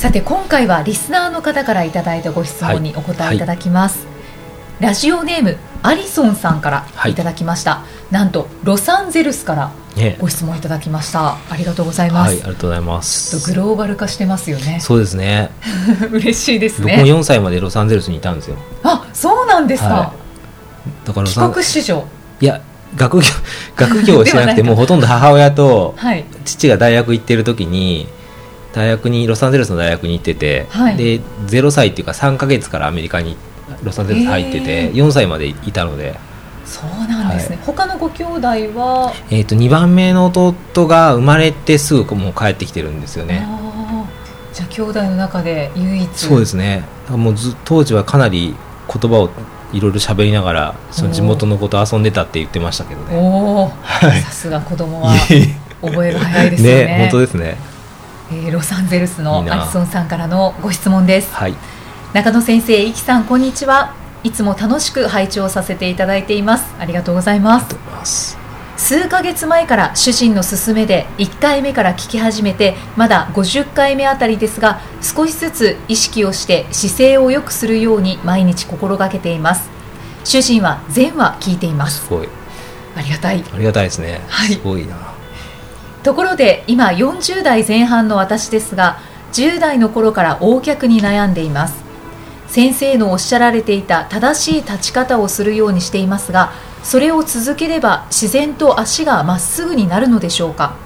さて今回はリスナーの方からいただいたご質問にお答えいただきます、ラジオネームアリソンさんからはいいただきました、なんとロサンゼルスからね、ご質問いただきましたありがとうございまはい、あす、りがとうございまちょっとすグ。ローバル化してますよね そうですね。嬉しいです僕もね4歳までロサンゼルスにいたんですよ。あそうなんですかは、だからロサ帰ン国子女いや 学業学業をしてなではくないてもうほとんど母親とはい父が大学行ってる時に大学にロサンゼルスの大学に行ってて、はいで0歳っていうか3ヶ月からアメリカにロサンゼルス入ってへてー4歳までいたので、そうなんですね、他のご兄弟は、えー、と2番目の弟が生まれてすぐもう帰ってきてるんですよね。あーじゃあ兄弟の中で唯一そうですねもうず当時はかなり言葉をいろいろ喋りながらその地元の子と遊んでたって言ってましたけどね。おお、はいさすが子供はいえい覚えが早いえですよね本当ですね。えーロサンゼルスのいいアなリソンさんからのご質問ですはい、中野先生、イキさんこんにちはいつも楽しく拝聴させていただいていますありがとうございますと思います。数ヶ月前から主人の勧めで1回目から聞き始めてまだ50回目あたりですが少しずつ意識をして姿勢を良くするように毎日心がけています主人は全話聞いていますすごいありがたいありがたいですね。はいすごいな。ところで今40代前半の私ですが10代の頃から O 脚に悩んでいます先生のおっしゃられていた正しい立ち方をするようにしていますがそれを続ければ自然と足がまっすぐになるのでしょうか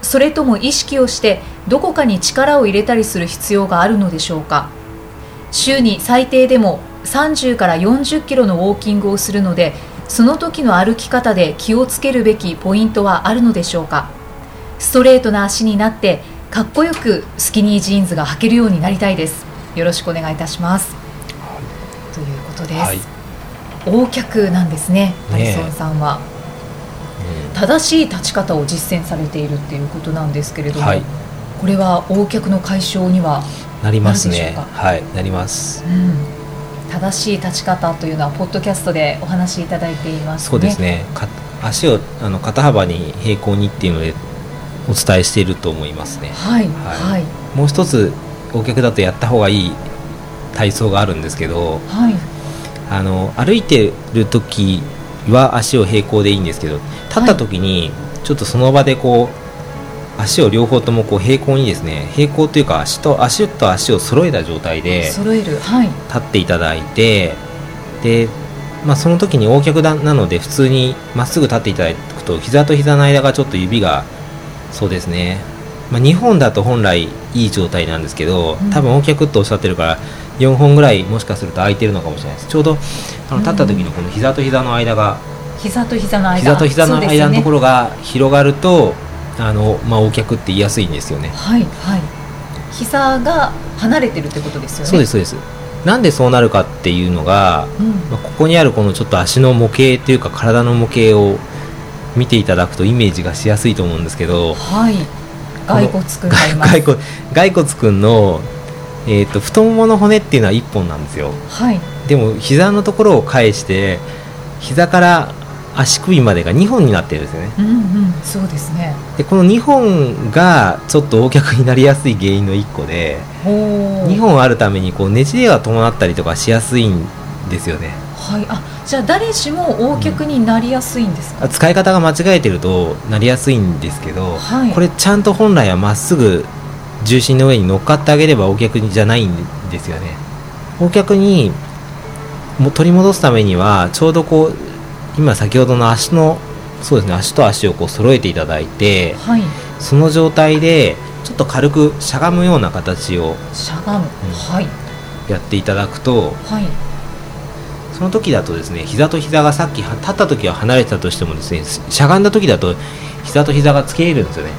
それとも意識をしてどこかに力を入れたりする必要があるのでしょうか週に最低でも30から40キロのウォーキングをするのでその時の歩き方で気をつけるべきポイントはあるのでしょうかストレートな足になってかっこよくスキニージーンズが履けるようになりたいですよろしくお願いいたしますということです、はい。大脚なんですねアリねえソンさんは、正しい立ち方を実践されているっていうことなんですけれうどんも、はい、これは大脚の解消には、なりますなんでねしょう。はい、なりますう。ん、正しい立ち方というのはポッドキャストでお話しいただいていますねそうですね。か足をあの肩幅に平行にっていうのでお伝えしていると思いますね。はいははいもう一つお客だとやった方がいい体操があるんですけど、はいあの歩いてる時は足を平行でいいんですけど立った時にちょっとその場でこう足を両方ともこう平行にですね平行というか足と足と足を揃えた状態で揃えるはい立っていただいてで、まあ、その時に O 脚だなので普通にまっすぐ立っていただくと膝と膝の間がちょっと指がそうですね、まあ、2本だと本来いい状態なんですけどうん多分 O 脚っておっしゃってるから4本ぐらいもしかすると空いてるのかもしれないですちょうどあの立った時のこの膝と膝の間が膝と膝の間膝と膝のそうです間よのねところが広がるとあの、まあ、O 脚って言いやすいんですよねはいはい膝が離れてるってことですよねそうですそうですなんでそうなるかっていうのがうんまあここにあるこのちょっと足の模型というか体の模型を見ていただくとイメージがしやすいと思うんですけどはい骸骨くんがいます骸骨骸骨くんの、えー、と太ももの骨っていうのは1本なんですよはいでも膝のところを返して膝から足首までが2本になってるんですよねうんうんそうですねでこの2本がちょっと横脚になりやすい原因の1個でおお2本あるためにこうねじれが伴ったりとかしやすいんですよねはいあじゃあ誰しも O 脚になりやすいんですか、使い方が間違えてるとなりやすいんですけど、はいこれちゃんと本来はまっすぐ重心の上に乗っかってあげれば O 脚じゃないんですよね O 脚にも取り戻すためにはちょうどこう今先ほどの足のそうですね足と足をこう揃えていただいてはいその状態でちょっと軽くしゃがむような形をしゃがむ、うんはいやっていただくとはいその時だとですね膝と膝がさっきは立った時は離れてたとしてもですねししゃがんだ時だと膝と膝がつけれるんですよね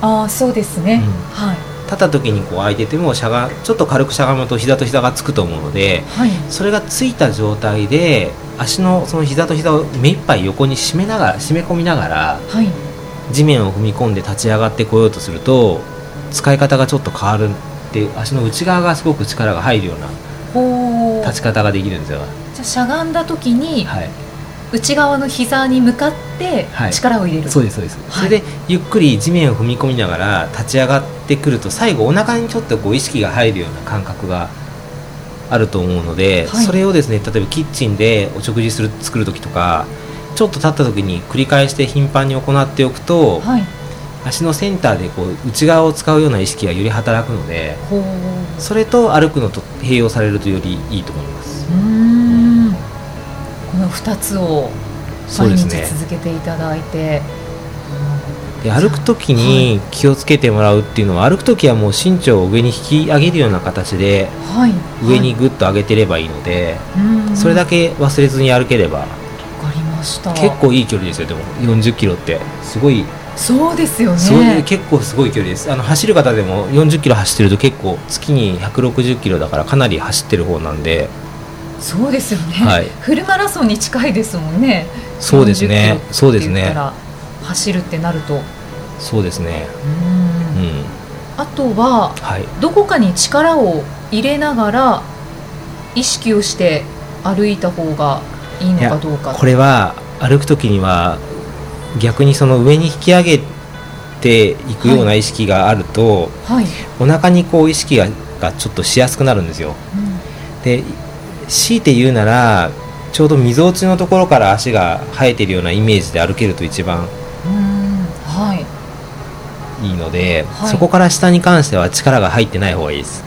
ああそうですね、うんはい立った時にこう空いててもしゃがちょっと軽くしゃがむと膝と膝がつくと思うのではいそれがついた状態で足のその膝と膝を目いっぱい横に締めながら締め込みながらはい地面を踏み込んで立ち上がってこようとすると使い方がちょっと変わるって足の内側がすごく力が入るようなおー立ち方ができるんですよ。じゃあしゃがんだ時にはい内側の膝に向かってはい力を入れる、そうですそうです、いそれでゆっくり地面を踏み込みながら立ち上がってくると最後お腹にちょっとこう意識が入るような感覚があると思うので、はいそれをですね例えばキッチンでお食事する作る時とかちょっと立った時に繰り返して頻繁に行っておくと、はい足のセンターでこう内側を使うような意識がより働くのでほうそれと歩くのと併用されるとよりいいと思いますうーんこの2つをそう毎です日ね続けていただいて、で歩く時に気をつけてもらうっていうのは、歩く時はもう身長を上に引き上げるような形ではい上にグッと上げてればいいので、それだけけ忘れずに歩ければわかりました結構いい距離ですよでも40キロってすごい、そうですよねすごい結構すごい距離ですあの走る方でも40キロ走ってると結構月に160キロだからかなり走ってる方なんでそうですよね、はいフルマラソンに近いですもんねそうですね40そうですって言っねたら走るってなるとうそうですねーうんんあとははいどこかに力を入れながら意識をして歩いた方がいいのかどうかこれは歩く時には逆にその上に引き上げていくような意識があると、はい、お腹にこう意識ががちょっとしやすくなるんですようで強いて言うならちょうどみぞおちのところから足が生えてるようなイメージで歩けると一番ん、うーんはいいいので、はいそこから下に関しては力が入ってない方がいい です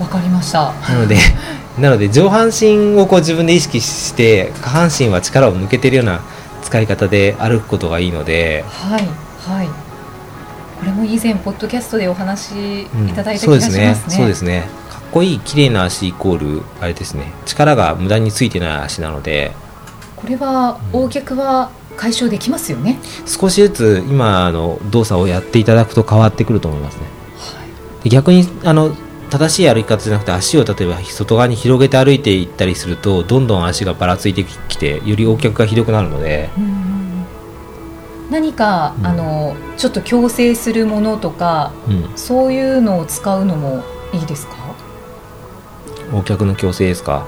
わかりましたなので なので上半身をこう自分で意識して下半身は力を抜けてるような使い方で歩くことがいいのではいはいこれも以前ポッドキャストでお話いうんただいた気そうがでしますすねね、そうですねかっこいい綺麗な足イコールあれですね力が無駄についてない足なのでこれはうん横脚は解消できますよね、少しずつ今あの動作をやっていただくと変わってくると思いますねはいで逆にあの正しい歩き方じゃなくて足を例えば外側に広げて歩いていったりするとどんどん足がばらついてきてより横脚がひどくなるのでうんうんうん何か、うんあのちょっと矯正するものとかうんそういうのを使うのもいいですか横脚の矯正ですか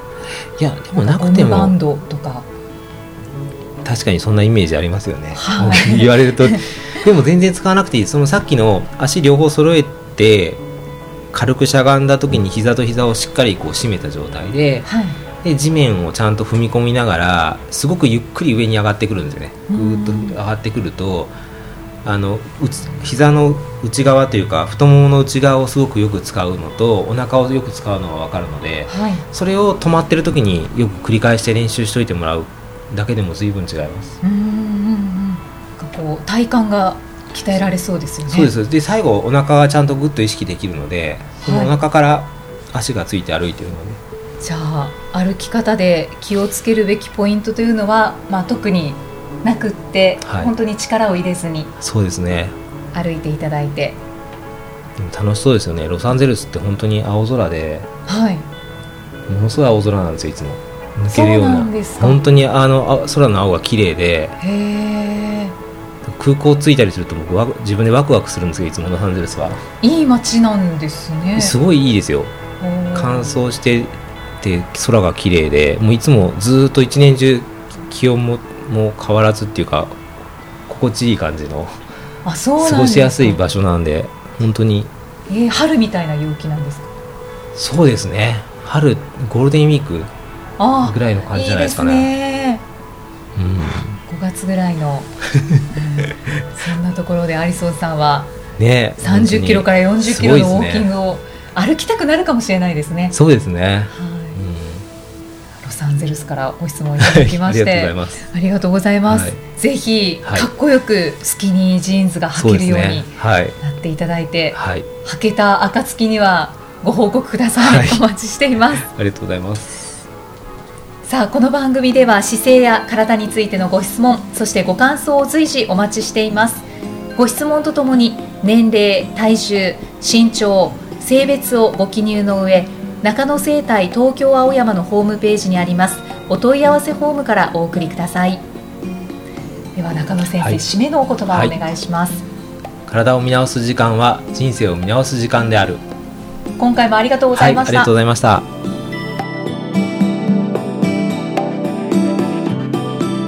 いやでもなゴくムてバンもドとか確かにそんなイメージありますよね、は言われると でも全然使わなくていいそのさっきの足両方揃えて軽くしゃがんだ時に膝と膝をしっかりこう締めた状態ではいで地面をちゃんと踏み込みながらすごくゆっくり上に上がってくるんですよねうぐんーっと上がってくるとあのうつ膝の内側というか太ももの内側をすごくよく使うのとお腹をよく使うのが分かるのではいそれを止まってる時によく繰り返して練習しといてもらうだけでも随分違います、うんうんうんなんかこう体幹が鍛えられそうですよねそうですで最後お腹がちゃんとグッと意識できるのでそのお腹から足がついて歩いてるので、じゃあ歩き方で気をつけるべきポイントというのは、まあ、特になくって、はい本当に力を入れずにそうですね歩いていただいてでも楽しそうですよねロサンゼルスって本当に青空ではいものすごい青空なんですよいつも抜けるようそうななんですか本当にあのあ空の青が綺麗でへえ空港着いたりすると僕ワク自分でワクワクするんですよいつもロサンゼルスは、いい街なんですねすごいいいですよおー乾燥してて空が綺麗でもういつもずっと一年中気温ももう変わらずっていうか心地いい感じのあそうなんです過かごしやすい場所なんで本当にえー春みたいな陽気なんですかそうですね春ゴールデンウィークあぐらいの感じじゃないですかいいねですねうん5月ぐらいの、うんそんなところでアリソンさんはね30キロから40キロのウォーキンググを歩きたくなるかもしれないですね。そうですね、はいうんロサンゼルスからご質問いただきまし ありがとうございてます。ありがとうございます。はいぜひはいかっこよくスキニージーンズがそ履うけでるすようにね。はい。なっていただいて、はい。履けた暁にはご報告ください。はいお待ちしています。ありがとうございます。さあこの番組では姿勢や体についてのご質問そしてご感想を随時お待ちしていますご質問とともに年齢体重身長性別をご記入の上中野生態東京青山のホームページにありますお問い合わせフォームからお送りくださいでは中野先生、はい締めのお言葉をお願いします、体を見直す時間は人生を見直す時間である今回もありがとうございまはしい、ありた、がとうございました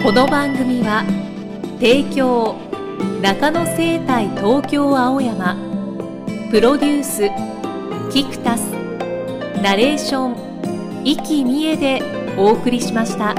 この番組は提供中野生態東京青山プロデュースキクタスナレーション生きみえでお送りしました。